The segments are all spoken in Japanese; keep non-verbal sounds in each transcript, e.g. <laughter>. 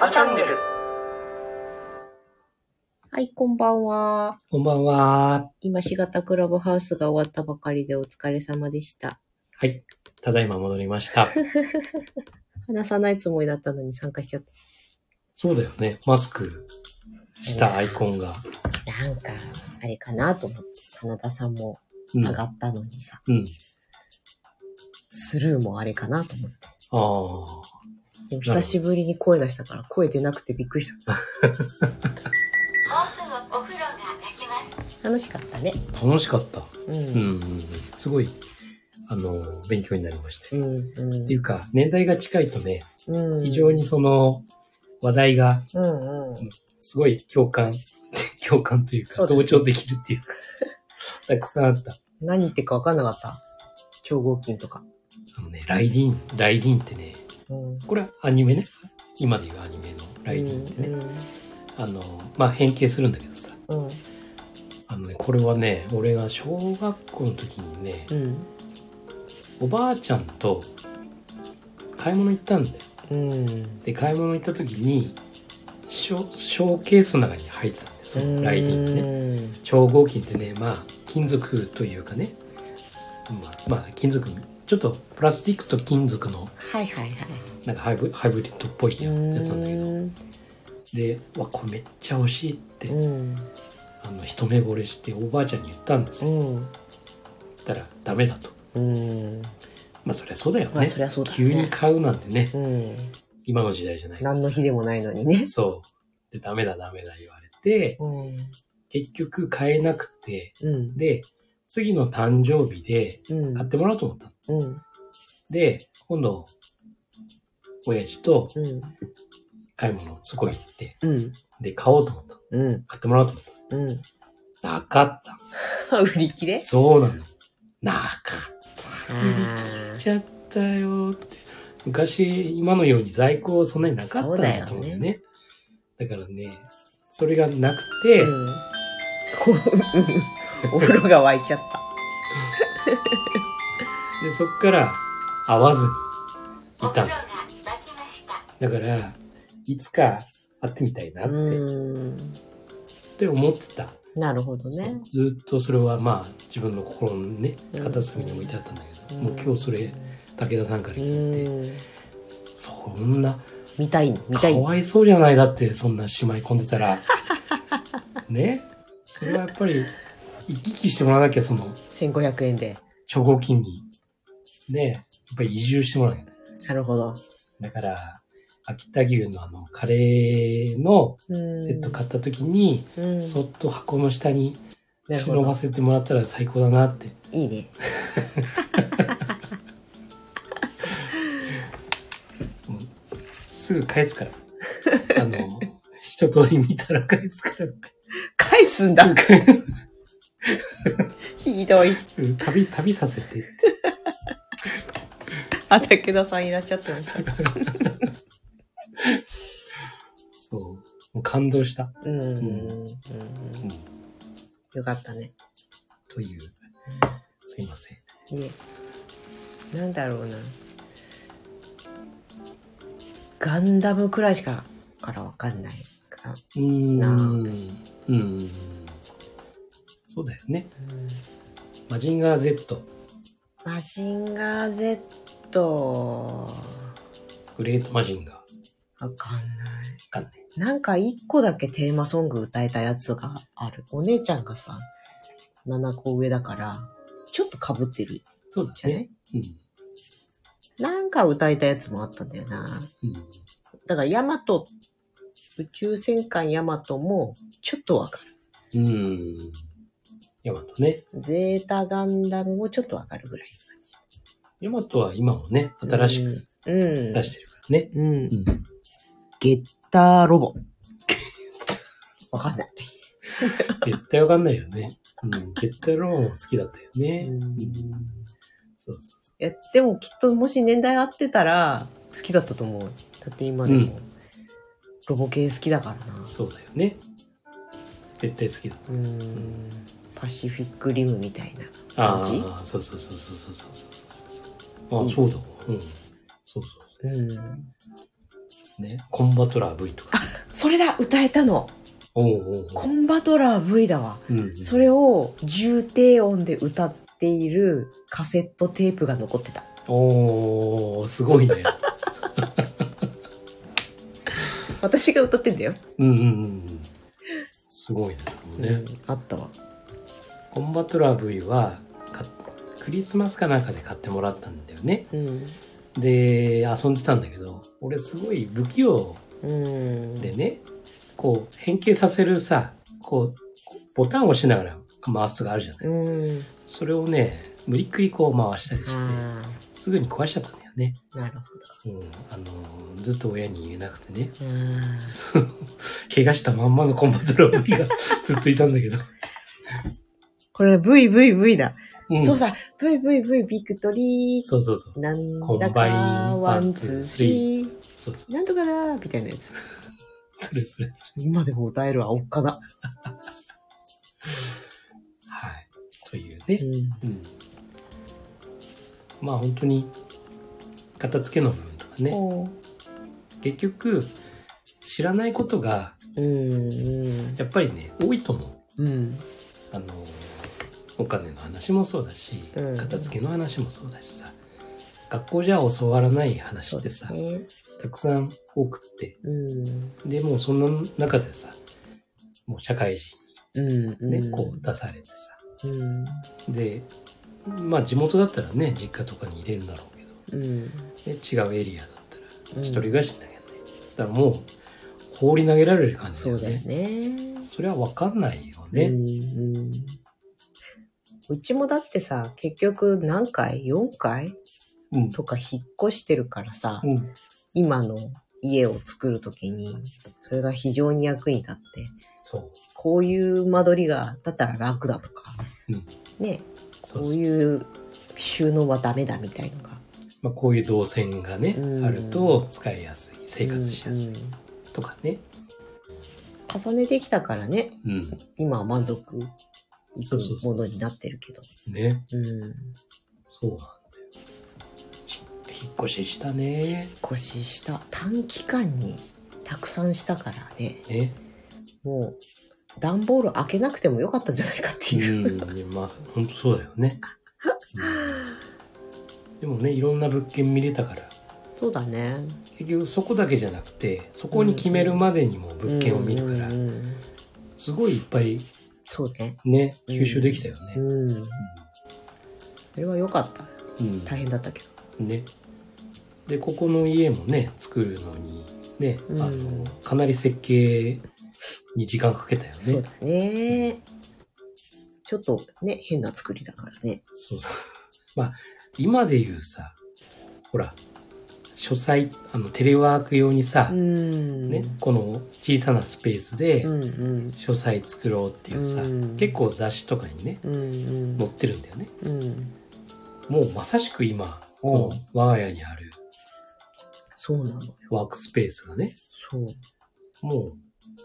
バチャンネル。はい、こんばんは。こんばんは。今、しがたクラブハウスが終わったばかりでお疲れ様でした。はい。ただいま戻り <laughs> ました。話さないつもりだったのに参加しちゃっそうだよね。マスクしたアイコンが。た。なんか、あれかなと思って、真田さんもう上ん。がったのにさ、うん。スルーもあれかなと思って。ああ。でも久しぶりに声出したから、声出なくてびっくり <laughs> した。お風呂ができます。楽しかったね。楽しかった。ううんん。うんうん。すごい、あの、勉強になりました。うっん。うんていうか、年代が近いとね、うん。非常にその、話題がうんうん。すごい共感、 <laughs> 共感というそか、うだね同調できるっていうか、 <laughs> たくさんあった。何言ってるかわかんなかった。超合金とか。あのね、ライディーン、ライディーンってね、うん。これはアニメね。今で言うアニメのライディーンってね。あの、まあ、変形するんだけどさ。うん。うん。あのね、これはね、俺が小学校の時にね、うん。おばあちゃんと買い物行ったんだよ。うん。で、買い物行った時に、ショショーケースの中に入ってたんだよ、そのライディンってね。ね。超合金ってね、まあ、金属というかね、まあ、まあ、金属、ちょっとプラスチックと金属のはいはいはい。なんかハイブハイブリッドっぽいやつなんだけど、うで、うわ、これめっちゃ欲しいって、ん。あの、一目惚れしておばあちゃんに言ったんですうよ。ん。言ったら、ダメだと。うん。まあ、そりゃそうだよね。まあ、そりゃそうだね。急に買うなんてね、うん。今の時代じゃない。何の日でもないのにね。そう。で、ダメだダメだ言われて、うん。結局買えなくて、うん。で、次の誕生日でうん。買ってもらおうと思ったの。うん。で、今度、親父とうん。買い物そこ行って、うん。で、買おうと思ったの。うん。買ってもらおうとう思っん。たの。なかった。売り切れそうなの。なかった。売りあ切れちゃったよって。昔、今のように在庫そんなになかったんだと思うんだよね。だからね、それがなくて、お風呂が沸いちゃっで、そっから会わずにおい風た呂が。のできました。だから、いつか会ってみたいなた。ってん。って思ってた。なるほどね。ずっとそれはまあ自分の心のねうん片隅に置いてあったんだけど、うんもう今日それ武田さんからう聞いて、ん。そんな見たい、見かたい。わいそうじゃないだってそんなしまい込んで <laughs> たらねそれはやっぱり行き来してもらわなきゃその1500円で。超合金にねやっぱり移住してもらわなきゃなるほど。だから秋田牛のあのカレーのうん。セット買った時に、うん。そっと箱の下になるほ忍ばど。せてもらったら最高だなっていいね。すぐ <laughs> 返すからあの一通り見たら返すから返すんだ。ひどい。うん旅旅させてあ、武田さんいらっしゃってました。そうもう感動した、うん。ううんうんよかったね。というすいませんいえ。なんだろうな。ガンダムくらいしか、からわかんないか。うーんなあうんそうだよねマジンガー Z マジンガー Z、グレートマジンガーわかんない。わかんないなんか一個だけテーマソング歌えたやつがある。お姉ちゃんがさ、7個上だから、ちょっと被ってるそうだじゃない、ねうんなんか歌えたやつもあったんだよな。うんだからヤマト、宇宙戦艦ヤマトもちょっとわかうんヤマトねる。ゼータガンダムもちょっとわかるぐらい。ヤマトは今もね新しくく。うん。出してるからね、うん。うんゲッターロボ。わかんない。絶対わかんないよね。うん、絶対ローン好きだったよね。うんそうそうそいや、でもきっともし年代合ってたら好きだったと思う。だって今でうもん、ロボ系好きだからなう。。そうだよね。絶対好きだ。うん。パシフィックリムみたいな。感ああじ、そうそうそうそうそうそうそうそうそう。あ、そうだわ。うん。そうそう。うん。ね、コンバトラー V とか。それだ歌えたのおうおうおコう。ンバトラー V だわ。うん、それを重低音で歌っているカセットテープが残ってた。おー、すごいね。 <laughs> 私が歌ってんだよ。うんうんうんうん。すごいですもんね。うん、あったわ。コンバトラー V は買っクリスマスかなんかで買ってもらったんだよね。うん。で、遊んでたんだけど、俺すごい不器用うん。でね、こう変形させるさ、こう、ボタンを押しながら回すとかあるじゃない。うん。それをね、無理っくりこう回したりして、あすぐに壊しちゃったんだよね。あ、なるほうん。あのー、ずっと親に言えなくてね。 <laughs> ど。うん。その怪我したまんまのコンバトラー V が <laughs> ずっといたんだけど。これ VVV だ。うんそうさ、VVV ビクトリー。そうそうそう。なんだコンバイか、ンワワン、ンツツーー、ススリリー。そうそう。なんとかだーみたいなやつ。それそれそれ。今でも歌えるわ、おっかな。はい。というねう。ん。うん、まあ本当に片付けの部分とかねおう結局知らないことがうん。うんやっぱりね多いと思ううん。あのお金の話もそうだしうん片付けの話もそうだしさ、学校じゃ教わらない話そっうでてすさ、ね。たくさん多くってうん。でもうその中でさもう社会人うん。にね、うんこう出されてさうん。でまあ地元だったらね実家とかに入れるんだろうけどうん。ね、違うエリアだったらうん一人暮らしだけどね、だからもう放り投げられる感じだそようねそだよね。れは分かんないようね、んうん。うちもだってさ、結局何回 ?4 回うんとか引っ越してるからさ、うん今の家を作るときに、それが非常に役に立って、そうこういう間取りが、だったら楽だとか、うんね、そこううそういう収納はダメだみたいのが。まあ、こういう動線がね、うんあると使いやすい生活しやすいうんうんとかね、重ねてきたからね、うん今は満足いそくうそうそものになってるけど。ねうん。そうなんだよし引っ越ししたね越しした短期間にたくさんしたからねね、もう段ボール開けなくてもよかったんじゃないかってういう、ん、まあ本当そうだよね、うんでもねいろんな物件見れたからそうだね結局そこだけじゃなくてそこに決めるまでにも物件を見るから、うんうんうんすごいいっぱいそうねね吸収できたようね。んそれはよかったうん大変だったけどねでここの家もね作るのにね、うんあのかなり設計に時間かけたよね。そうだねちょっとね変な作りだからねそうそう <laughs> まあ今で言うさほら書斎あのテレワーク用にさ、んね、この小さなスペースでうんうん書斎作ろうっていうさ、うん結構雑誌とかにねうんうん載ってるんだよね。うんもうまさしく今、うんこの我が家にあるそうなのワークスペースがね、そうもう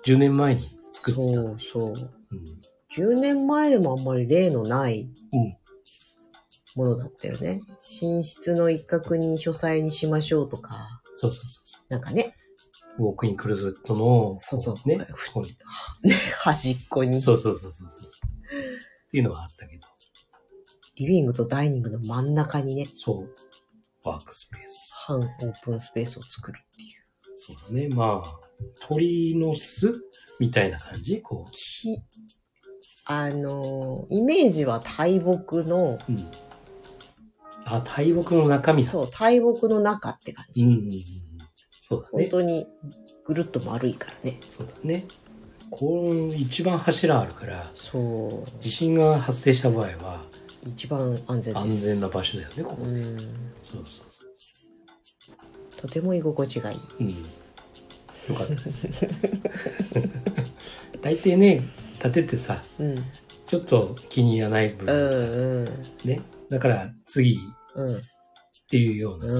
10年前に作ってた。、そううそうん10年前でもあんまり例のないうんものだったよね。寝室の一角に書斎にしましょうとか、そうそうそうそなんかね、う。ウォークインクローゼットの、そうそうね、ふここに端っこにそうそうそうそうそう。っていうのはあったけど、リビングとダイニングの真ん中にね、そう。ワークスペース。半オープンスペースを作るっていう。そうだね。まあ、鳥の巣みたいな感じこ木、あのーイメージは大木の、う。うん。あ、大木の中身だ。そう、大木の中って感うじ。んうんうん。そうだ本ね。当にぐるっと丸いからね。そうだね。この一番柱あるから、そ地震が発生した場合はう、一番安全安です。全な場所だよね、ここ。うん、そうそうそとても居心地がいい。う。うん。よかったです。大抵ね、建ててさ、うん。ちょっと気に入らない部う分、んうん。ね。だから次っうんていうようなうさ、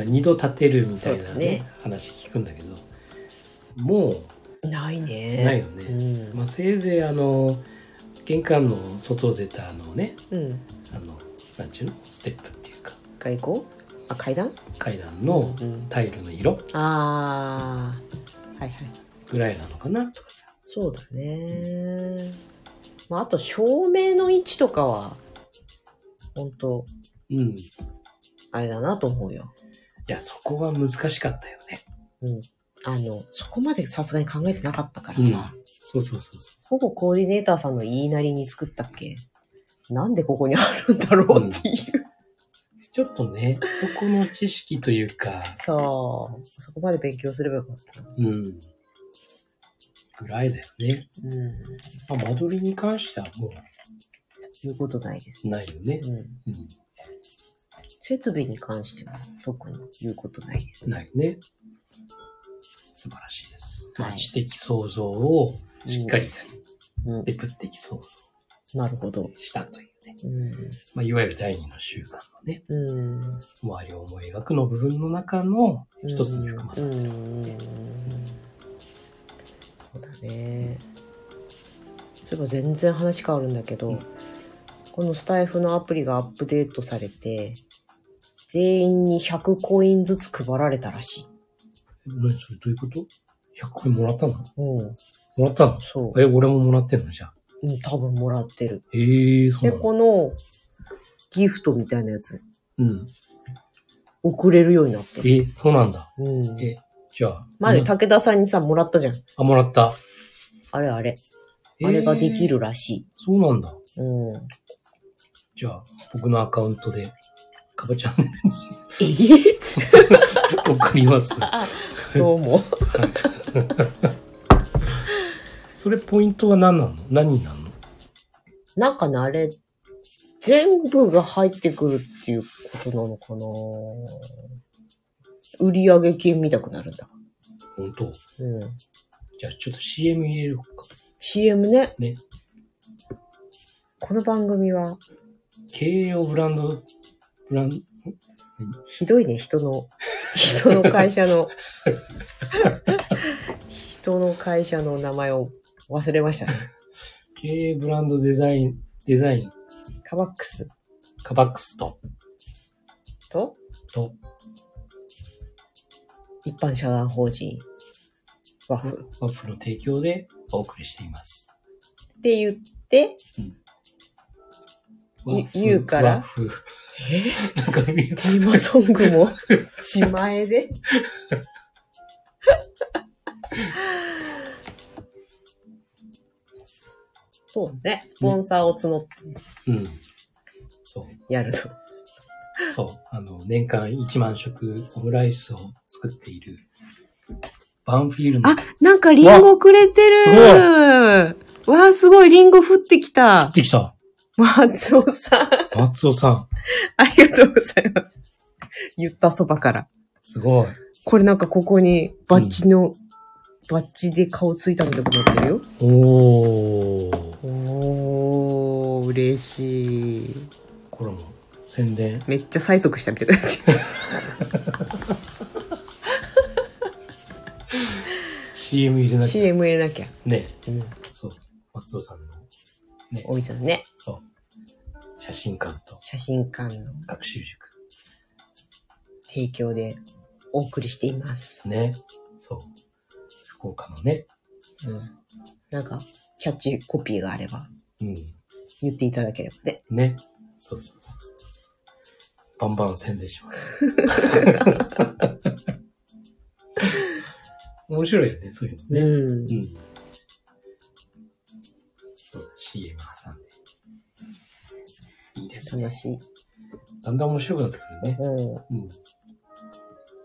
んうん二度建てるみたいなそうだねね話聞くんだけど、もないね。うないよね。うんまあ、せいぜいあの、玄関の外出たあのね、うん。あの、なんちゅうのステップっていうか、外交あ、階段階段のうん。タイルの色ああ、はいはい。ぐらいなのかなとかさ。そうだね。まあ、あと、照明の位置とかは、本当うん。いあれだなと思うよ。や、そこは難しかったよね。うん。あの、そこまでさすがに考えてなかったからうんさ、そうそうそうそほぼコーディネーターさんの言いなりに作ったっけなんでここにあるんだろうっていう。う。ちょっとね、そこの知識というか、そう。そこまで勉強すればよかった。うん。ぐらいだよね。うん。まあ、間取りに関してはもいうことないですう。ないよね。うん。う設備に関しては特に言うことないです。ん。ないよね。素晴らしいです。まあ、はい知的創造をしっかりやり、うん。で、物的創造なるほど。したというね。うん。まあ、いわゆる第二の習慣のね、うん。周りを思い描くの部分の中の一つに含まれうる。んうんそうだねそういえば全然話変わるんだけど、うんこのスタイフのアプリがアップデートされて全員に100コインずつ配られたらしい。何それどういうこと ?100 個もらったのうん、もらったのそえ、俺ももらってんのじゃあ。う。うん、多分もらってる。ええそうで、なのこのギフトみたいなやつ、うん。送れるようになってる。え、そうなんだ。うん。えじゃあ。前、うん武田さんにさ、もらったじゃん。あ、もらった。あれあれ。あれができえー。るらしそうなんだ。い。うん。じゃあ、僕のアカウントで、かぼちゃんにえ <laughs> 送ります。 <laughs> どうも。それポイントは何なの何になるのなんかね、あれ、全部が入ってくるっていうことなのかな売上金見たくなるんだ。本当うん。じゃあ、ちょっと CM 入れるか。 CM ね。ねこの番組は、経営をブランド、ブランド、ひどいね、人の、 <laughs> 人の会社の、人の会社の名前を忘れましたね。経営ブランドデザイン、デザイン、カバックスカバックスと、とと、一般社団法人和風っワッフルの提供でお送りしています。て言って、ワッフル言うからワッフルえ <laughs> なんか見えたテーマソング <laughs> も自前で。 <laughs> そうね。スポンサーを募ってうん。そう。やると。そう。あの、年間1万食オムライスを作っている、バンフィールの、降なんかリンゴくれてるわあ、すごい。リンゴ降ってきたっ。てきた松尾さん、松尾さん。 <laughs> ありがとうございます。言ったそばから。すごい。これなんかここにバッチの、バッチで顔ついたみたいになってるよ。おー。おー、嬉しい。これも宣伝。めっちゃ催促したみたいな。 <laughs> CM 入れなきゃ。 CM 入れなきゃ。ね。うん。そう。松尾さんの、ね。おいさんね、そう。写真館と写真館の学習塾。提供でお送りしています。ね。そう。福岡のね。うん。なんか、キャッチコピーがあれば、うん。言っていただければね。ね。そうそうそうそう。バンバン宣伝 <laughs> します。面白いよね、そういうのね。うんうん。そう、CM 挟んで。いいですね楽。しい。だんだん面白くなってくるね。うん。うん。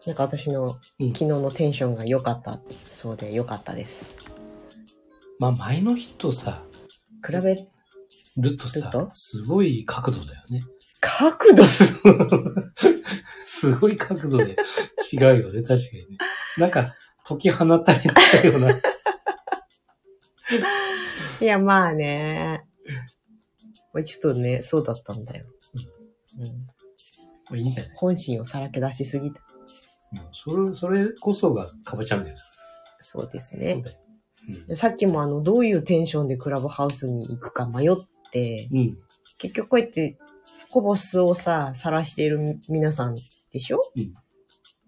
なんか私のうん昨日のテンションが良かったそうで良かったです。まあ、前の日とさ、比べ、るとるさと、すごい角度だよね。 <laughs> 角度すごい角度で違うよね、確かにね。なんか、解き放たれたような。いや、まあね。これちょっとね、そうだったんだよ。うん。まあいいんじゃない本心をさらけ出しすぎた。うんそれ、それこそがカバチャンネルだ。そうですそねう。だよさっきもあの、どういうテンションでクラブハウスに行くか迷って、うん。うん。結局こうやって、ほぼ素をさ、晒している皆さんでしょ、うん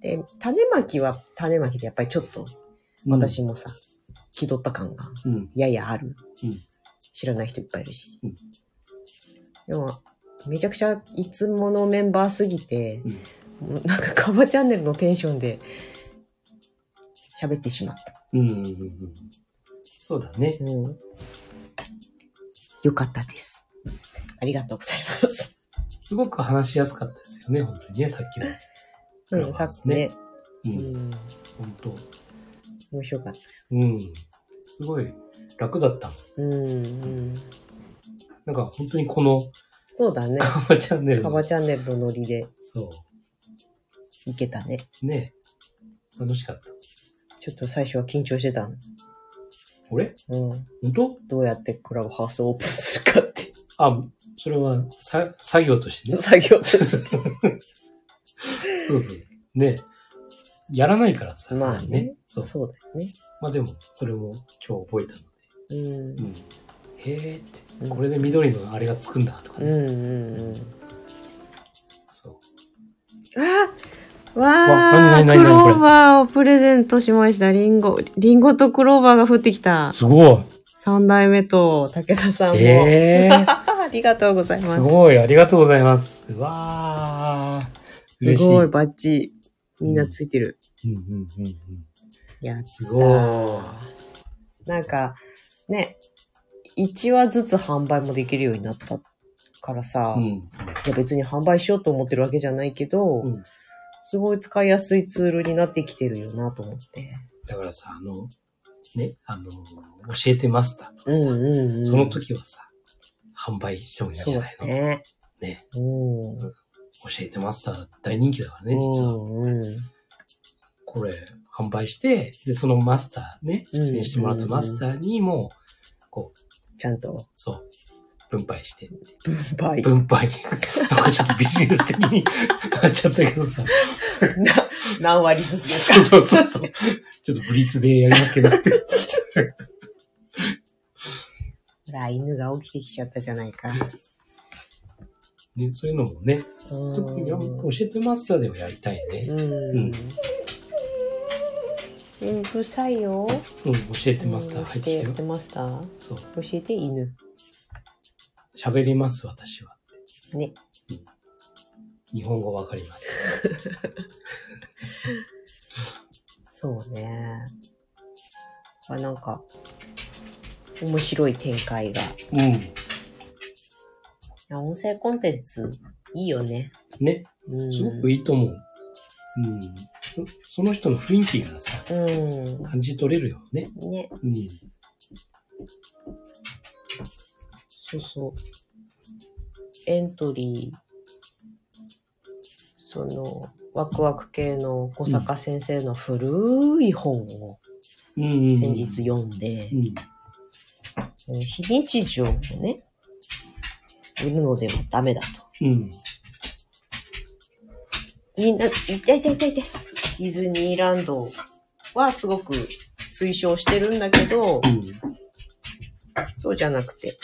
で、種まきは種まきでやっぱりちょっと私もさ、気取った感がうん。ややある。うん知らない人いっぱいいるし。うんでも、めちゃくちゃいつものメンバーすぎて、うんもうなんかカバチャンネルのテンションで喋ってしまった。うん。うんうんうん。そうだね。うん。よかったです。ありがとうございます。すごく話しやすかったですよね、本当にね、さっきの。うそん、うさでっすきねね。う、うんん。本当。面白かった。うん。すごい楽だった。うん、うん。なんか本当にこの <laughs> そうだね。カバチャンネルカの。バチャンネルのノリでそいけたね。う。ね楽しかった。ちょっと最初は緊張してたの。俺うん。本当どうやってクラブハウスオープンするかって。あ、それはさ作業としてね。作業として。そうそう。ねやらないからさ。まあねそう。そうだよね。まあでも、それも今日覚えたのうんで。うん。へえっうて、んこれで緑のあれがつくんだとかうね。んうんうん。そう。あわわあク何何何何これローバーをプレゼントしました。リンゴ、リンゴとクローバーが降ってきた。すごい。三代目と武田さんも。ええ <laughs> ありがとうございますす。ごい。ありがとうございます。うわあ。嬉しすい。ごい、バッチリ。みんなついてる。うんうんうんうん。やっすたごい。ー。なんか、ね、1話ずつ販売もできるようになったからさ、ういん。や別に販売しようと思ってるわけじゃないけど、うんすごい使いやすいツールになってきてるよなと思って。だからさ、あの、ね、あの、教えてました。うんうんうん。その時はさ、販売してもいいんそじうゃだないの、ね。ね。うん。教えてました。大人気だからね、実は。うんうん。これ、販売して、で、そのマスターね、うん出演してもらったマスターにも、こう、ちゃん <laughs> とそう、分配して。倍。分配。 <laughs> なんかちょっとビジネス的に <laughs> なっちゃったけ <laughs> どさ。な何割ずつですそかうそうそうそう。ちょっとブリーツでやりますけど。ほら、犬が起きてきちゃったじゃないか。ね、そういうのもね、うん特に教えてマスターでもやりたいね。うん。え、うるさいよ。うん、教えてマスタうーん入ってきたやよっ。てました教そう。えて、犬。喋ります、私は。ね。日本語わかります。そうね。あ、なんか、面白い展開が。いうん。や音声コンテンツ、いいよね。ね、うん。すごくいいと思う。うん。そその人の雰囲気がさ、う感じ取れるよね。ん。ね、うん。そうそう。エントリー、その、ワクワク系の小坂先生の古い本をうんうんうん。先日読んでう、ん。その非日常をね、売るのではダメだと。うん。みんな、痛い痛い痛い痛い。ディズニーランドはすごく推奨してるんだけどう、ん。そうじゃなくて、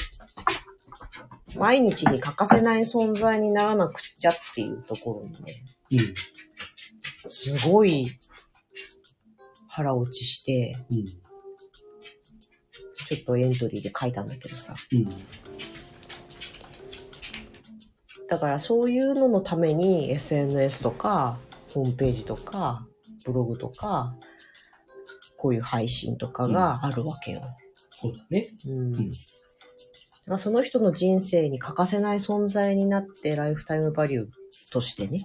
毎日に欠かせない存在にならなくっちゃっていうところにね、うん。すごい腹落ちして、うん。ちょっとエントリーで書いたんだけどさ。うん。だからそういうののために SNS とか、ホームページとか、ブログとか、こういう配信とかがあるわけよ。そうだね。うんうんまあその人の人生に欠かせない存在になってライフタイムバリューとしてね、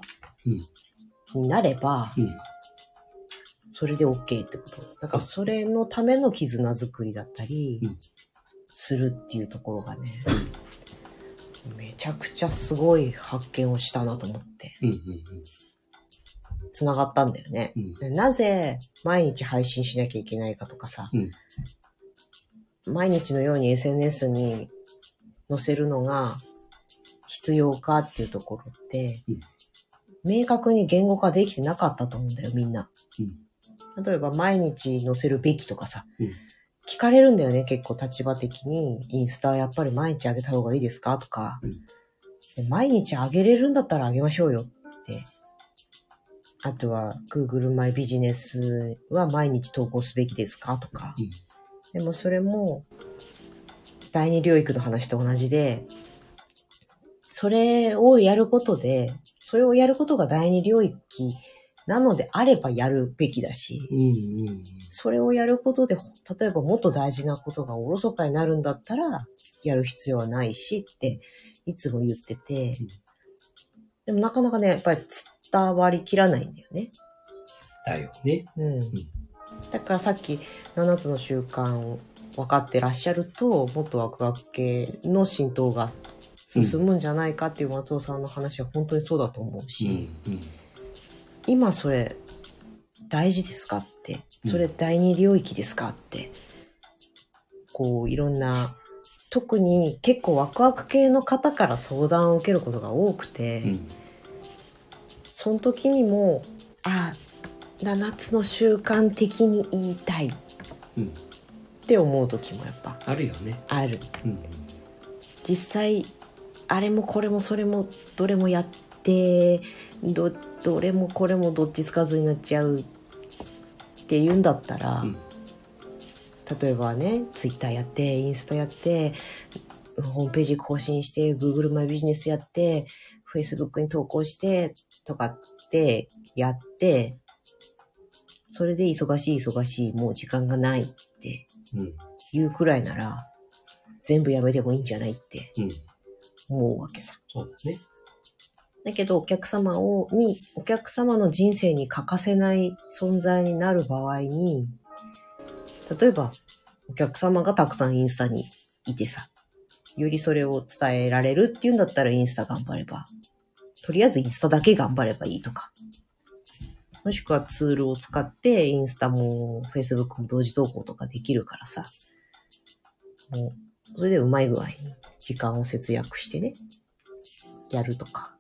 になれば、うん。それで OK ってこと。だからそれのための絆づくりだったりうん、するっていうところがね、めちゃくちゃすごい発見をしたなと思って、うん。うん。繋がったんだよね。うん。なぜ毎日配信しなきゃいけないかとかさ、うん毎日のように SNS に載せるのが必要かっていうところって、うん明確に言語化できてなかったと思うんだよ、みんな。例えば毎日載せるべきとかさ、うん聞かれるんだよね、結構立場的に。インスタはやっぱり毎日上げた方がいいですかとか、うんで毎日上げれるんだったら上げましょうよってあとは Google マイビジネスは毎日投稿すべきですかとか。でもそれも第二領域の話と同じで、それをやることで、それをやることが第二領域なのであればやるべきだし、うんうんうん。それをやることで、例えばもっと大事なことがおろそかになるんだったら、やる必要はないしって、いつも言っててうん、でもなかなかね、やっぱり伝わりきらないんだよね。だよね。うん。だからさっき、7つの習慣を分かってらっしゃると、もっとワクワク系の浸透が進むんじゃないかっていう松尾さんの話は本当にそうだと思うし、うん。今それ大事ですかって、うんそれ第二領域ですかって、こういろんな、特に結構ワクワク系の方から相談を受けることが多くて、うん。その時にも、あ、7つの習慣的に言いたいっうん。て思う時もやっぱあるよね。ある。うん。実際、あれもこれもそれもどれもやって、ど、どれもこれもどっちつかずになっちゃうっていうんだったら、うん例えばねツイッターやってインスタやってホームページ更新して Google マイビジネスやって Facebook に投稿してとかってやってそれで忙しい忙しいもう時間がないってうん。いうくらいなら全部やめてもいいんじゃないってうん。思うわけさ。そうだね。だけどお客様を、に、お客様の人生に欠かせない存在になる場合に、例えば、お客様がたくさんインスタにいてさ、よりそれを伝えられるっていうんだったらインスタ頑張れば、とりあえずインスタだけ頑張ればいいとか、もしくはツールを使ってインスタも Facebook も同時投稿とかできるからさ、もう、それでうまい具合に時間を節約してね、やるとか。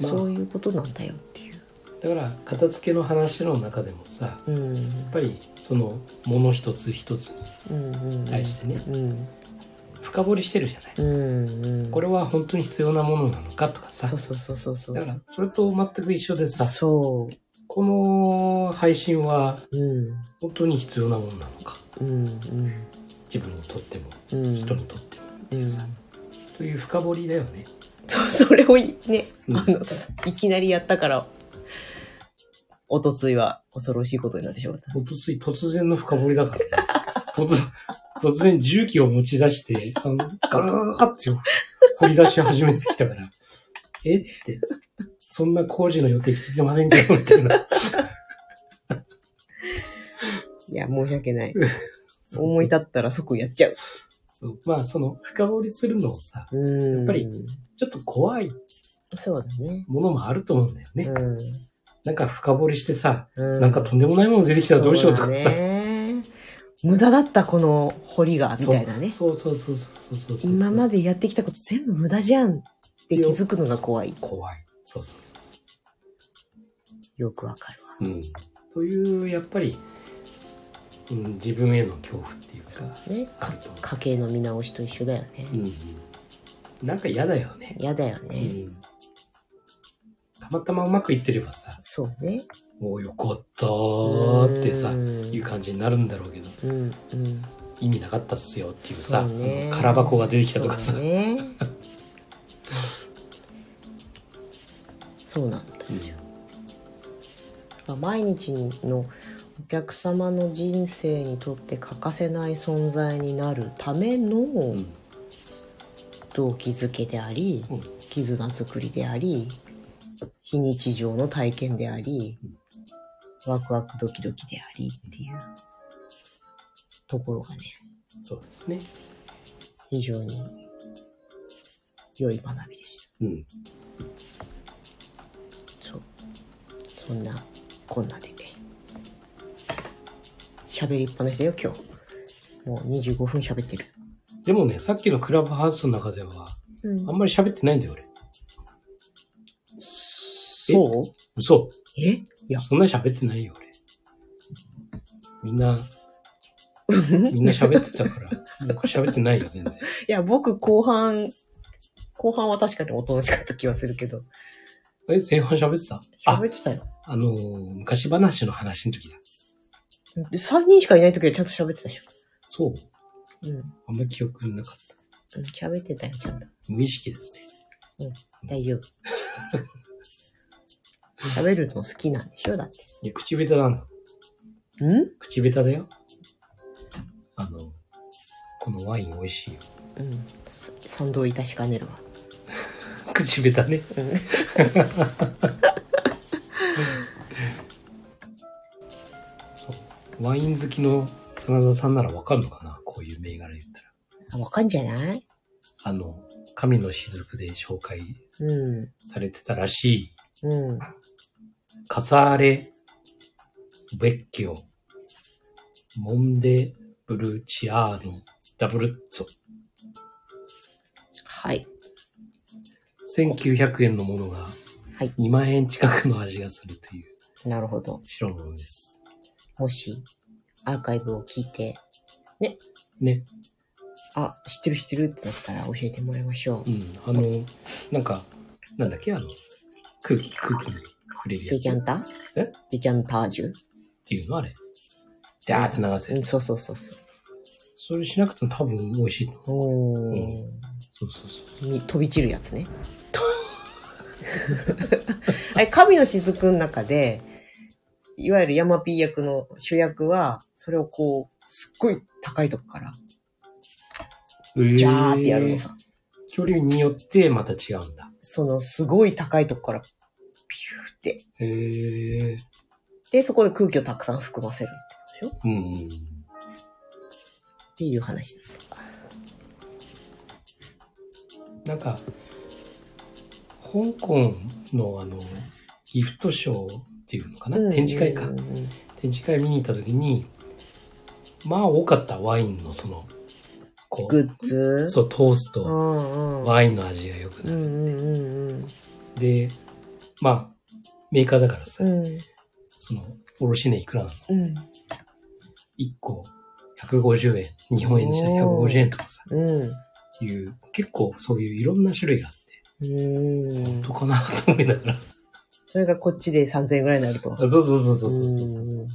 まあそういうことなんだよっていう。だから、片付けの話の中でもさ、うん。やっぱりそのもの一つ一つにうんうん。対してね、うん。深掘りしてるじゃない。うんうん。これは本当に必要なものなのかとかさそう。そうそうそうそう。だから、それと全く一緒でさ、そこの配信はう。うん。本当に必要なものなのか。うんうん。自分にとっても、うん。人にとっても。うん。という深掘りだよね。そう、それをいね、うんあの、いきなりやったから、おとついは恐ろしいことになってしまった。おとつい突然の深掘りだからね。突突然重機を持ち出して、あのガーッて掘り出し始めてきたから、えって、そんな工事の予定聞いてませんけど、みたいな。いや、申し訳ない。思い立ったら即やっちゃう。そうまあ、その深掘りするのをさ、うん。やっぱり。ちょっと怖いそうだね。ものもあると思うんだよね。うん。なんか深掘りしてさ、うなんかとんでもないもの出てきたらどうしようとかそさだ。ね無駄だったこの掘りがみたいなねそうそうそうそうそうそうそう。今まで。でやってきたこと全部無駄じゃんって気づくのが怖い怖い。そうそうそうそよくわかるわう。うん。という、やっぱり、うん、自分への恐怖っていうか、ねあると思家計の見直しと一緒だよねう。うん。なんか嫌だよね。嫌だようねん。たまたまうまくいってればさ、そうねおーよかったーってさう、んいう感じになるんだろうけど、うんうん意味なかったっすよっていうさ、そうねあの空箱が出てきたとかさそう。ねそうなんだまあ毎日のお客様の人生にとって欠かせない存在になるためうのん動機づけであり、うん絆作りであり非日常の体験であり、ワクワクドキドキでありっていうところがねそうですね。非常に良い学びでしうん。たそうそんなこんなでね喋りっぱなしだよ今日もう25分喋ってるでもね、さっきのクラブハウスの中では、うんあんまり喋ってないんだよ、俺。そう嘘。えいやそんなに喋ってないよ、俺。みん <laughs> な、みんな喋ってたから、僕喋ってないよ、全然。いや、僕、後半、後半は確かにおとなしかった気はするけど、え、前半喋ってたあ、喋ってたよ。あのー昔話の話の時だ。 3人しかいない時はちゃんと喋ってたでしょ。そう。うん。うんあんまり記憶になかった。喋ってたよ、ちゃんと。無意識ですね。大 <laughs> 丈夫。喋るの好きなんでしょだっいや、口下手なんだ。て。ん口下手だよ。あの、このワイン美味しいよ。うん。さ賛同いたしかねるわ。口下手 <laughs> ね。うん。ワイン好きの真田さんならわかるのかなこういう銘柄言ったら。あわかんじゃないあの、神の雫で紹介うん。されてたらしい、うん。カサーレ・ベッキオ、モンデ・ブルチアーノ・ダブルッツォ。はい。 1900円のものがはい2万円近くの味がするというなるほど。白物です。もし、アーカイブを聞いて、ね。あ、知ってる知ってるってなったら教えてもらいましょうん。あの、なんか、なんだっけあの、空気、空気に触れるう。やデつキャっンタえデキャンタージュていうのあれ。ダーって流せうるん、。そうそうそうそう。それしなくても多分美味しいと思う。おー、そうそうそう。み飛び散るやつね。 <laughs> あれ、神の雫の中で、いわゆるヤマピー役の主役は、それをこう、すっごい高いとこから、ジャーってやるのさ。距離によってまた違うんだ。その、すごい高いとこから、ピューって。へえ。で、そこで空気をたくさん含ませるってことでしょうんうん。っていう話だった。なんか、香港のあの、ギフトショーっていうのかな、展示会か。うんうんうん展示会見に行った時に、まあ多かったワインのその、こグう、ッズそう、トースうト、んうん。ワインの味が良くうなる。んうんうんうん。で、まあ、メーカーだからさ、うんその、おろしねいくらなのうん。 ?1 個150円、日本円にしたら150円とかさ、うん。いう、結構そういういろんな種類があって、うんど。うかなと思いながら。それがこっちで3000円ぐらいになると。あそうそうそうそうそうそうそう。ん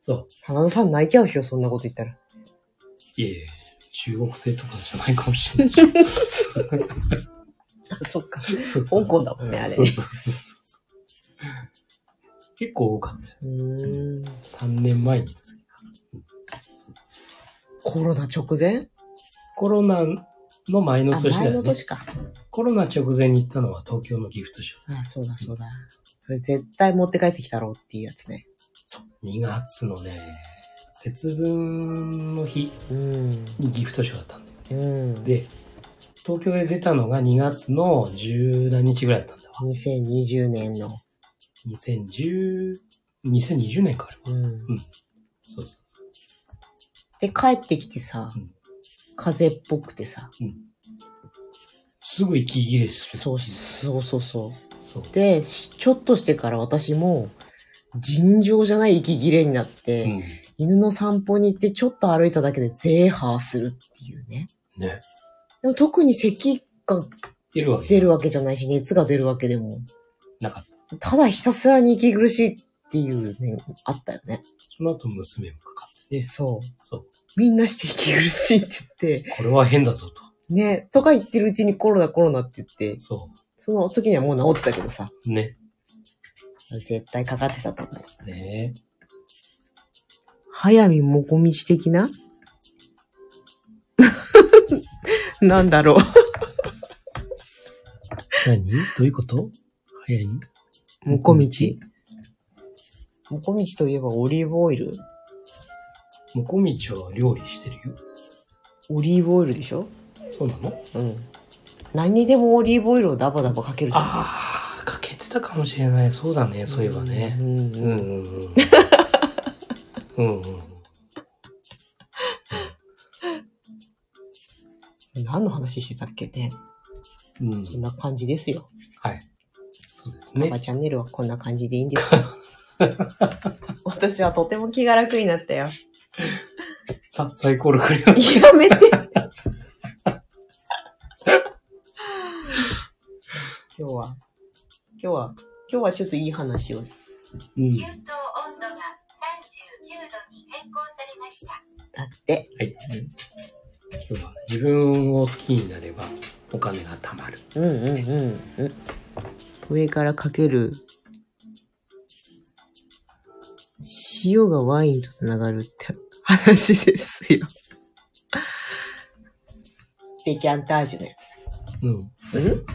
そう。真田さん泣いちゃうでしょ、そんなこと言ったら。いえいえ、中国製とかじゃないかもしれ <laughs> ない。そっか。 <laughs> そう香港だもんねあれそうそうそうそう。結構多かったよ。うーん。 3年前に。コロナ直前コロナの前のあ、年だ前のよね。年か。コロナ直前に行ったのは東京のギフトショー。あ、そうだそうだ。それ絶対持って帰ってきたろうっていうやつね。そう。2月のね、節分の日うん。にギフトショーだったんだよ。うん。で、東京で出たのが2月の10何日ぐらいだったんだわ。 2020年の。 2010、2020年かあれは。うん。そうそう。で、帰ってきてさうん、風邪っぽくてさ。すぐ息切れする。そう、そうそうそう。そう。で、しちょっとしてから私も、尋常じゃない息切れになって、うん。犬の散歩に行ってちょっと歩いただけでゼーハーするっていうね。ね。でも特に咳が出るわけ。出るわけじゃないし、熱が出るわけでも、なかった。ただひたすらに息苦しいっていうね、あったよね。その後娘もかかって、そう。そう。みんなして息苦しいって言って、これは変だぞと。ね、とか言ってるうちにコロナコロナって言って、そその時にはもう治ってたけどさ、う。ね。絶対かかってたと思う。ね早見もこみち的な <laughs> なんだろう。何どういうこと早いもこみちもこみちといえばオリーブオイルもこみちは料理してるよ。オリーブオイルでしょそうなのうん。何にでもオリーブオイルをダバダバかけるじゃんああ、かけてたかもしれない。そうだね。そういえばねう。んうんうんうんうんうん。うんうん。何の話してたっけね。うん。そんな感じですよ。はい。そうですパねパ。チャンネルはこんな感じでいいん <laughs> ですよ。私はとても気が楽になったよ。さ、サイコロくれよ。やめて。今日は、今日今日は、今日はちょっといい話を。うん給。湯温度が39度に変更されました。だって。はい。要は自分を好きになればお金が貯まる。うんうんうんうん。上からかける、塩がワインとつながるって話ですよ。デキャンタージュのやつ。うん。うん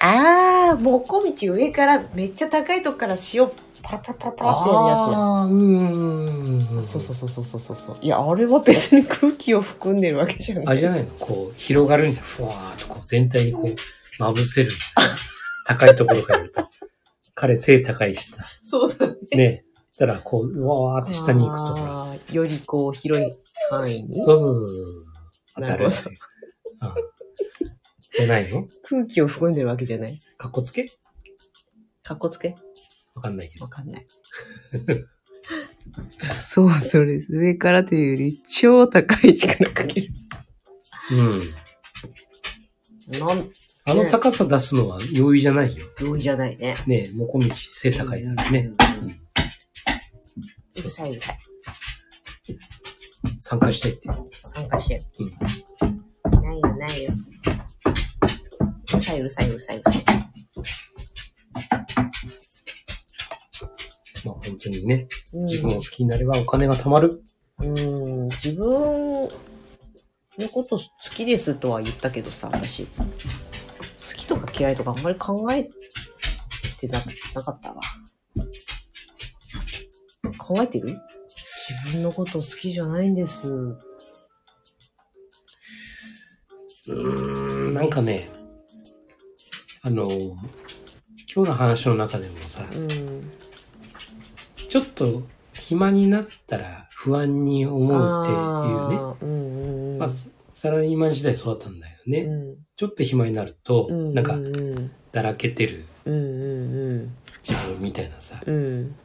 あー、もこみち上からめっちゃ高いとこから塩パラパラパラパラってやるやつや。ああ、うん。そうそうそうそうそうそうそう。いや、あれは別に空気を含んでるわけじゃあない。れじゃないのこう、広がるんじゃん。ふわーっとこう、全体にこう、まぶせる。高いところからやると。彼、背高いしさ。 <laughs> そうだね。ね。そしたら、こう、うわーって下に行くとほら。あーよりこう、広い範囲にそうそうそうそう。当たるっていう。うんじゃないの空気を含んでるわけじゃない。かっこつけかっこつけわかんないけど。わか <laughs> んない。そう、それです。上からというより、超高い力かける。うん。なん、あの高さ出すのは容易じゃないよ。容易じゃないね。ねえ、もこみち背高いからね。うるさい、うるさい。参加したいっていう。参加してる。うん。ないよ、ないよ。うるさい、うるさい、うるさい、うるさい。まあ本当にね、うん自分を好きになればお金が貯まる。うん、自分のこと好きですとは言ったけどさ、私。好きとか嫌いとかあんまり考えてななかったわ。考えてる自分のこと好きじゃないんです。うーん、なんかね、あの、今日の話の中でもさ、うん。ちょっと暇になったら不安に思うっていうね。あーうんうんうん。まあ、サラリーマン時代そうだったんだよね。うんちょっと暇になると、うん。なんかうんうんだらけてるうん自分みたいなさ、うん。うん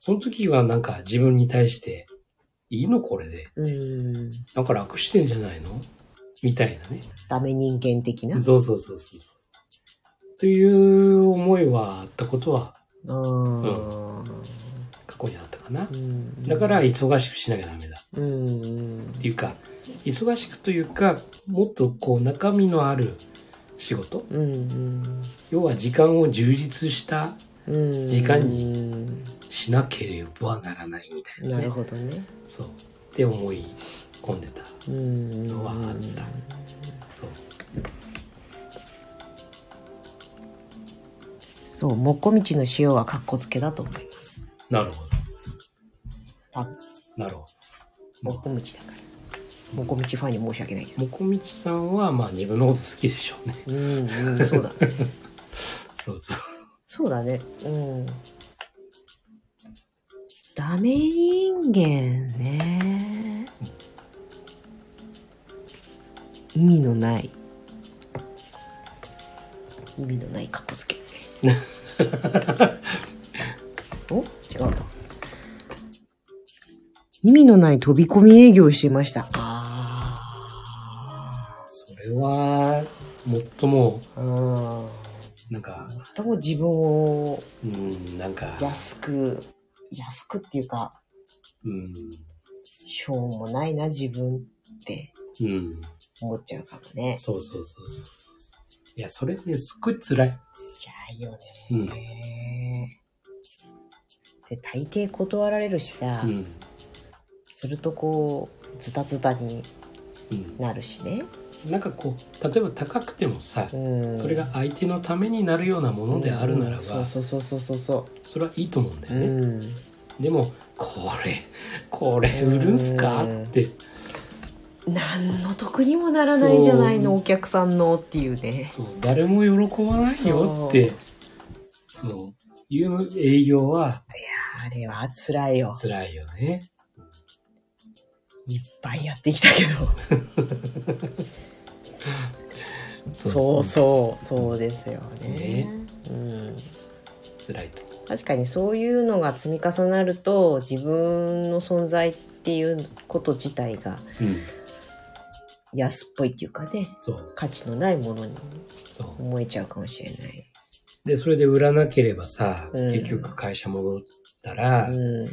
その時はなんか自分に対して、いいのこれで。うん。なんか楽してんじゃないのみたいなね。ダメ人間的な。そうそうそうそう。という思いはあったことはうん過去にあったかなう。ん。だから、忙しくしなきゃダメだ。うんうん。っていうか、忙しくというか、もっとこう中身のある仕事。うん要は時間を充実した、うん、時間にしなければならないみたいな、なね。るほどね。そう。って思い込んでた。うんのはあった。そう。そう、もこみちの塩はかっこつけだと思います。なるほど。多分なるほど。もこみちだから。もこみちファンに申し訳ないけど。もこみちさんは、まあ自分のこと好きでしょうね。うん、うん、そうだ。そうそう。そうだね。うん。ダメ人間ね。意味のない。意味のない格好つけ。お違うな。意味のない飛び込み営業をしていました。あそれは、もっとも、あ。うん。なんか、とも自分をうん、なんか、安く、安くっていうか、うん、しょうもないな、自分ってうん、思っちゃうかもね。そうそうそうそう。いや、それね、すっごい辛い。辛いよね。で、大抵断られるしさ、うん、するとこう、ズタズタにうなるしね。ん。なんかこう、例えば高くてもさ、うん。それが相手のためになるようなものであるなうらば、んそうそうそうそうそそれはいいと思うんだう。よね。うん。でも、これ、これ、売るんすかうんって、何の得にもならないじゃないの、そうお客さんのっていうね。そう、誰も喜ばないよって、そう、いう営業はあれは辛いよ。辛いよね。いっぱいやってきたけど。そうそう、そうですよね。うん。辛いと思確かにそういうのが積み重なると自分の存在っていうこと自体がう。うん。安っぽいっていうかねそう。価値のないものにそ思えちゃうかもしれない。う。で、それで売らなければさ、うん結局会社戻ったら、うん。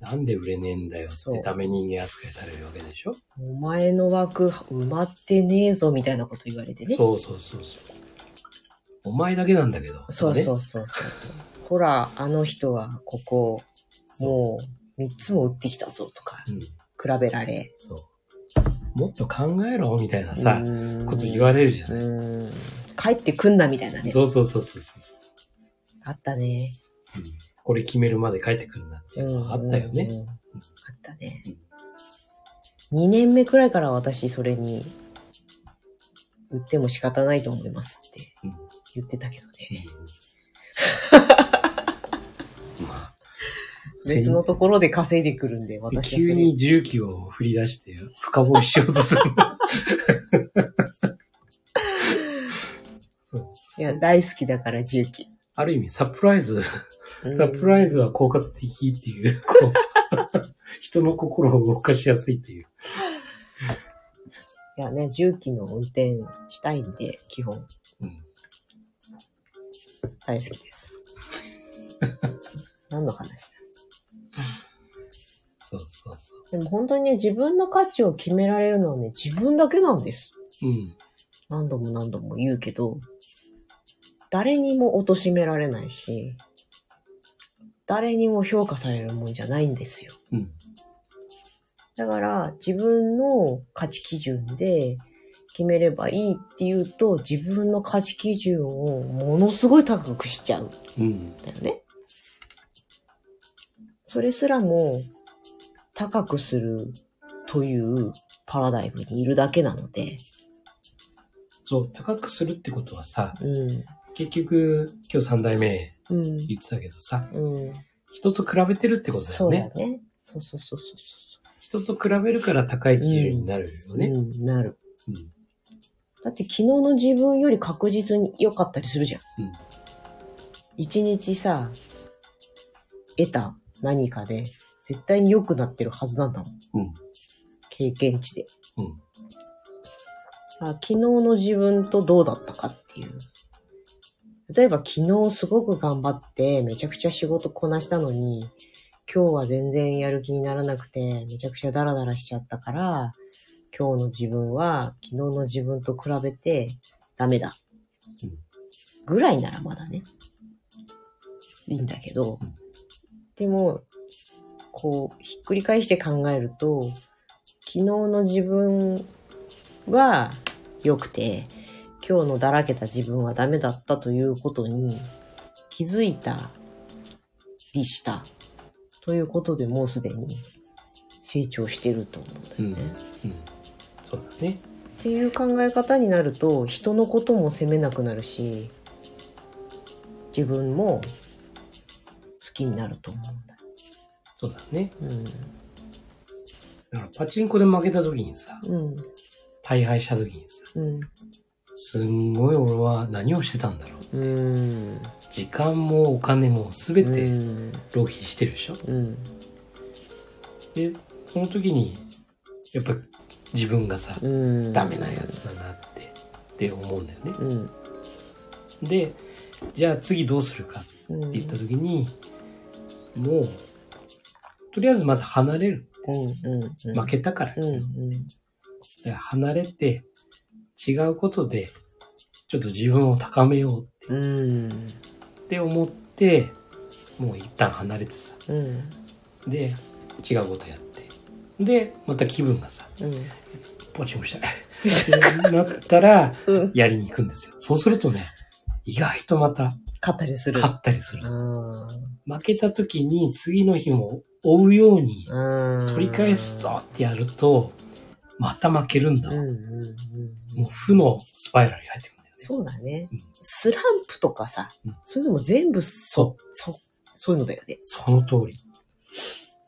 なんで売れねえんだよっそてうダメ人間扱いされるわけでしょお前の枠埋まってねえぞみたいなこと言われてね。そうそうそうそう。お前だけなんだけど。そうそうとかね。そうそうそう。ほら、あの人はここ、もう3つも売ってきたぞとか、うん、比べられ。そう。もっと考えろみたいなさ、こと言われれるじゃない。うん。帰ってくんなみたいなね。そうそうそうそうそう。あったね。うんこれ決めるまで帰ってくるなっていうのがあったようんうね。んうんあったね。2年目くらいから私それに、売っても仕方ないと思いますってうん言ってたけど <laughs> ね。まあ別のところで稼いでくるんで、私はそれ急に重機を振り出して深掘りしようと <laughs> する。いや、大好きだから、重機。ある意味サプライズ、サプライズは効果的っ <laughs> ていう、こう、人の心を動かしやすいっていう。いやね、重機の運転したいんで、基本、うん大好き <laughs> です。何の話だそうそうそでも本当にね、自分の価値を決められるのはね、自分だけなんです。う。うん。何度も何度も言うけど、誰にも貶められないし、誰にも評価されるもんじゃないんですよ。うん。だから、自分の価値基準で決めればいいっていうと、自分の価値基準をものすごい高くしちゃうんうん。だよね。それすらも高くするというパラダイムにいるだけなので、そう、高くするってことはさ、うん、結局、今日三代目うん、言ってたけどさ、うん。人と比べてるってことだそようねだ。ね。そうそうそうそうそ人と比べるから高い基準になるよう、ね。うん、なる。うん。だって昨日の自分より確実に良かったりするじゃん。うん一日さ、得た何かで絶対に良くなってるはずなんだもん。うん。経験値で。うん。あ昨日の自分とどうだったかっていう。例えば昨日すごく頑張ってめちゃくちゃ仕事こなしたのに、今日は全然やる気にならなくてめちゃくちゃダラダラしちゃったから、今日の自分は昨日の自分と比べてダメだうん。ぐらいならまだね。いいんだけどうん、でも、こう、ひっくり返して考えると、昨日の自分は良くて、今日のだらけた自分はダメだったということに気づいたりしたということでもうすでに成長してると思うんだよね。うん。そうだね。っていう考え方になると人のことも責めなくなるし自分も好きになると思うんだ。そうだね。うだからパチンコで負けた時にさ、ん。大敗した時にさ、うん。すんごい俺は何をしてたんだろう。うん。うん。時間もお金も全うてん。浪費してるでしょ。うん。で、その時に、やっぱ自分がさ、うん。ダメなやつだなって、って思うんだよね。うん。で、じゃあ次どうするかってうん。言った時に、もう、とりあえずまず離れる。うんうんうん。負けたからってういんうの、で離れて、違うことで、ちょっと自分を高めよううん。うん。って思って、もう一旦離れてさ、うん。で、違うことやって、で、また気分がさ、うん。ポチポ <laughs> チしたい。ってなったら、うん。やりに行くんですよ。そうするとね、意外とまた勝ったりする。勝ったりするう。ん。負けた時に次の日も追うようにうん。取り返すぞってやると、また負けるんだうわ。んもうんうん。う負のスパイラルに入ってくるんだよね。そうだねうん。スランプとかさうん、そういうのも全部そ、そ、そういうのだよね。その通り。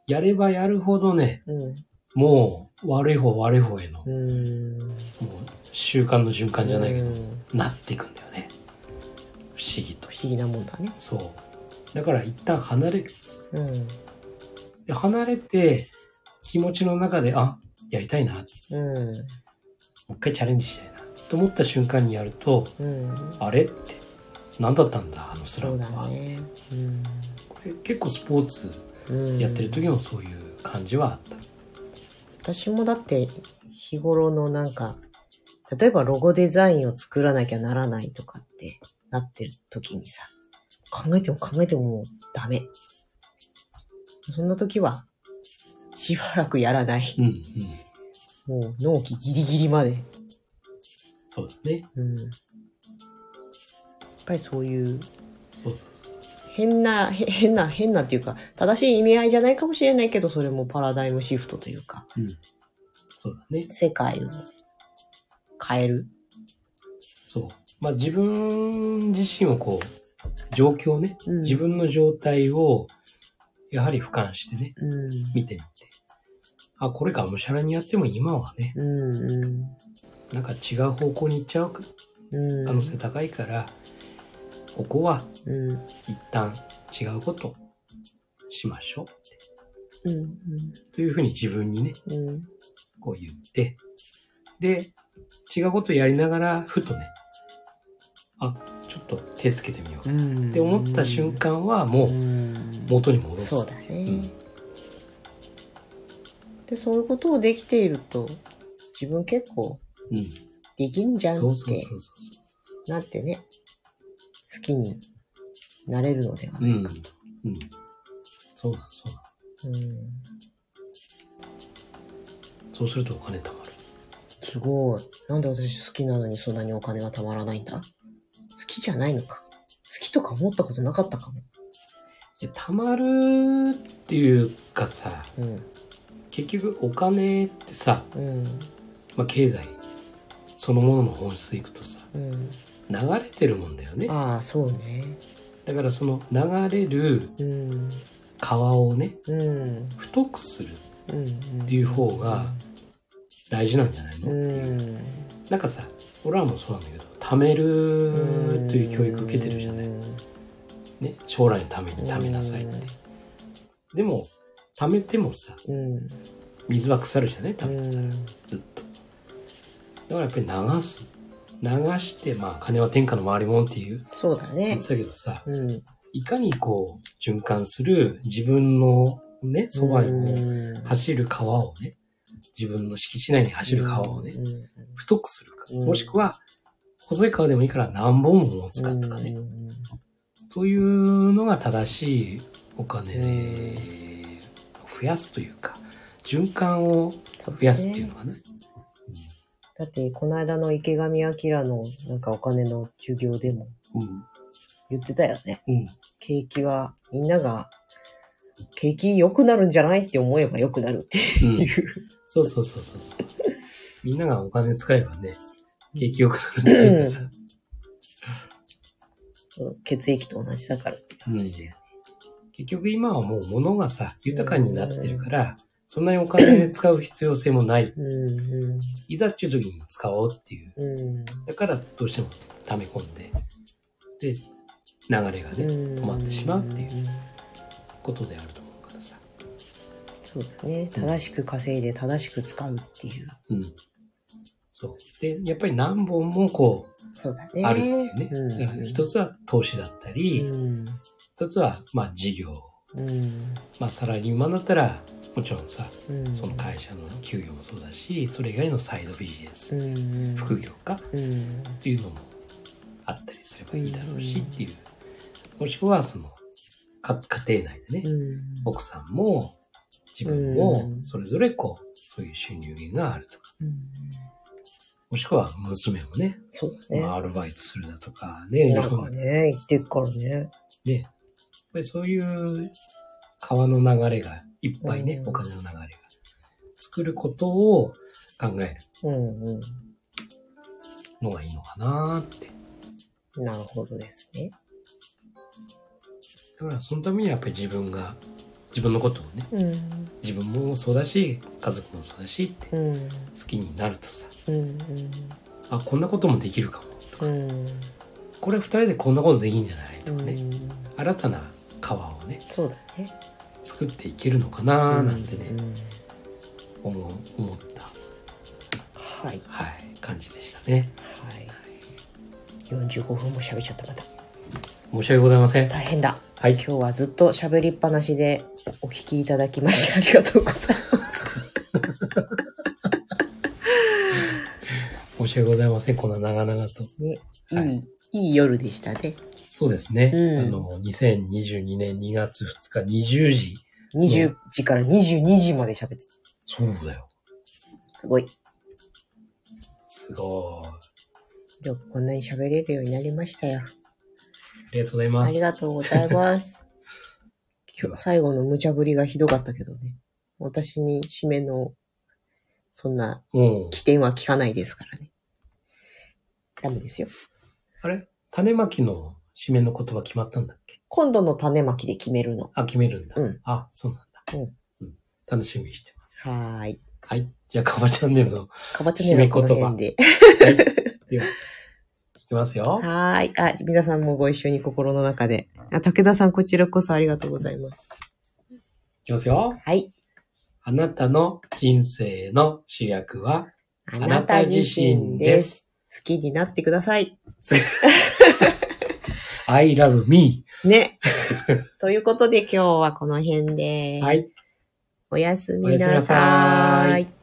やればやるほどね、うん。もう悪い方悪い方への、もううん。習慣の循環じゃないけど、うん不なっていくんだよね。不思議と。思議なもんだね。そう。だから一旦離れる。うん。で離れて、気持ちの中で、あ、やりたいな、もうん。う一回チャレンジしたいな、と思った瞬間にやると、うん。あれって、何だったんだ、あのスラそうンプだは。ね。これ結構スポーツうん。うんやってる時もそういう感じはあった。私もだって日頃のなんか、例えばロゴデザインを作らなきゃならないとかってなってる時にさ、考えても考えてももうダメ。そんな時は、しばらくやらない。うん、うん。もう納期ギリギリまで。そうだね。うん。やっぱりそういうそうそう。変な、へ変な、変なっていうか、正しい意味合いじゃないかもしれないけど、それもパラダイムシフトというか、そうだね。世界を変える。そう。まあ自分自身をこう、状況ね、うん自分の状態を、やはり俯瞰してね、うん。見てみて。あ、これがむしゃらにやっても今はね、うんうん。なんか違う方向に行っちゃううん可能性高いから、ここはうんうん一旦違うことしましょうんう。というふうに自分にね、うんこう言って、で、違うことやりながら、ふとね、あ、ちょっと手つけてみよううんって思った瞬間は、もう元に戻す。そうだね、うんでそういうことをできていると自分結構うん。できんじゃんっそうそうそうてそうなってね好きになれるのではそう。うないんか、。うん。そうだ、そうだ。うんそうするとお金貯まる。すごいなんで私好きなのにそんなにお金がたまらないんだ好きじゃないのか好きとか思ったことなかったかもで、貯まるっていうかさ、うん結局お金ってさ、うんまあ、経済そのものの本質でいくとさ、うん流れてるもんだよね。ああそうねだからその流れるうん川をね、うん太くするっっていう方が大事なんじゃないのってういう。ん、なんかさ、俺らもそうなんだけど、貯めるという教育受けてるじゃない。ね、将来のために貯めなさいって。でも、貯めてもさ、うんうん水は腐るじゃない貯めてたら、ずっと。だからやっぱり流す。流して、まあ、金は天下の回りもんっていう。そうだ言ねってたけどさ、うんいかにこう、循環する自分のね、そばにこう、うん走る川をね、自分の敷地内に走る川をね、うんうん太くするか、うんもしくは、細い川でもいいから何本も使ったかね、うんというのが正しいお金うでん増やすというか、循環をそう増やすっていうねのがね。だってこの間の池上彰のなんかお金の授業でもうん。言ってたよねうん。景気はみんなが景気良くなるんじゃないって思えば良くなるってうんい。う、 <laughs> そうそうそうそうそう。みんながお金使えばね、景気良くなるっていうかさ。血液と同じだからって話だよね結局今はもう物がさ、豊かになってるから、そんなにお金で使う必要性もない。うんいざっていう時に使おうっていう。うんうんだからどうしても溜め込んで、で、流れがね、止止まってしまうっていううんことであると思うからさ。そうだね正しく稼いで正しく使うっていううん。そう。で、やっぱり何本もこそうだう、ねあるっていうね。うんだから一つは投資だったり、うん一つは、まあ事業。うんまあサラリーマンだったら、もちろんさ、うんその会社の給与もそうだし、それ以外のサイドビジネうス、ん副業か、うんっていうのもあったりすればいいだろううしんっていう、もしくはそのか家庭内でね、うん奥さんも自分もうんそれぞれこうそういう収入源があるとかうんもしくは娘もね、そうだまあ、ねアルバイトするだとかねいなろんんかなね言ってっからねねやっぱりそういう川の流れがいっぱいね、うんお金の流れが作ることを考えるうんうのがいいのかなってんなるほどですねだからそのためにはやっぱり自分が自分のことをねうん自分もそうだし家族もそうだしって好うんきになるとさうんあこんなこともできるかもとうかんこれ二人でこんなことできいいんじゃないとうかね、ん新たな川をねそうだね作っていけるのかなーなんてね、うん思う思った、はいはい、感じでしたね。はい。45分も喋っちゃった、また。申し訳ございません。大変だ。はい。今日はずっと喋りっぱなしでお聞きいただきましてありがとうございます。申し訳ございません。こんな長々と。ね、いい、、はいい夜でしたね。そうですね。うんあの、2022年2月2日20時。 20時から22時まで喋ってた。そうだよ。すごい。すごい。あよくこんなに喋れるようになりましたよ。りがとうございまあす。りがとうござい <laughs> ます。今日最後の無茶ぶりがひどかったけどね。私に締めの、そんなうん。起点は聞かないですからね。ダメですよ。あれ種まきの締めの言葉決まったんだっけ今度の種まきで決めるの。あ、決めるんだ。うんあ、そうなんだ。うんうん楽しみにしてます。はーい。はい。じゃあ、かばちゃんねぞ。かばちゃんねこの締め言葉辺で。はい。では、いきますよ。はーい。あ、皆さんもご一緒に心の中で。あ、武田さん、こちらこそありがとうございます。いきますよ。はい。あなたの人生の主役は、あなた自身です。好きになってください。 I love me. ね。ということで今日はこの辺で。はい。おやすおやみすみななささーいーい。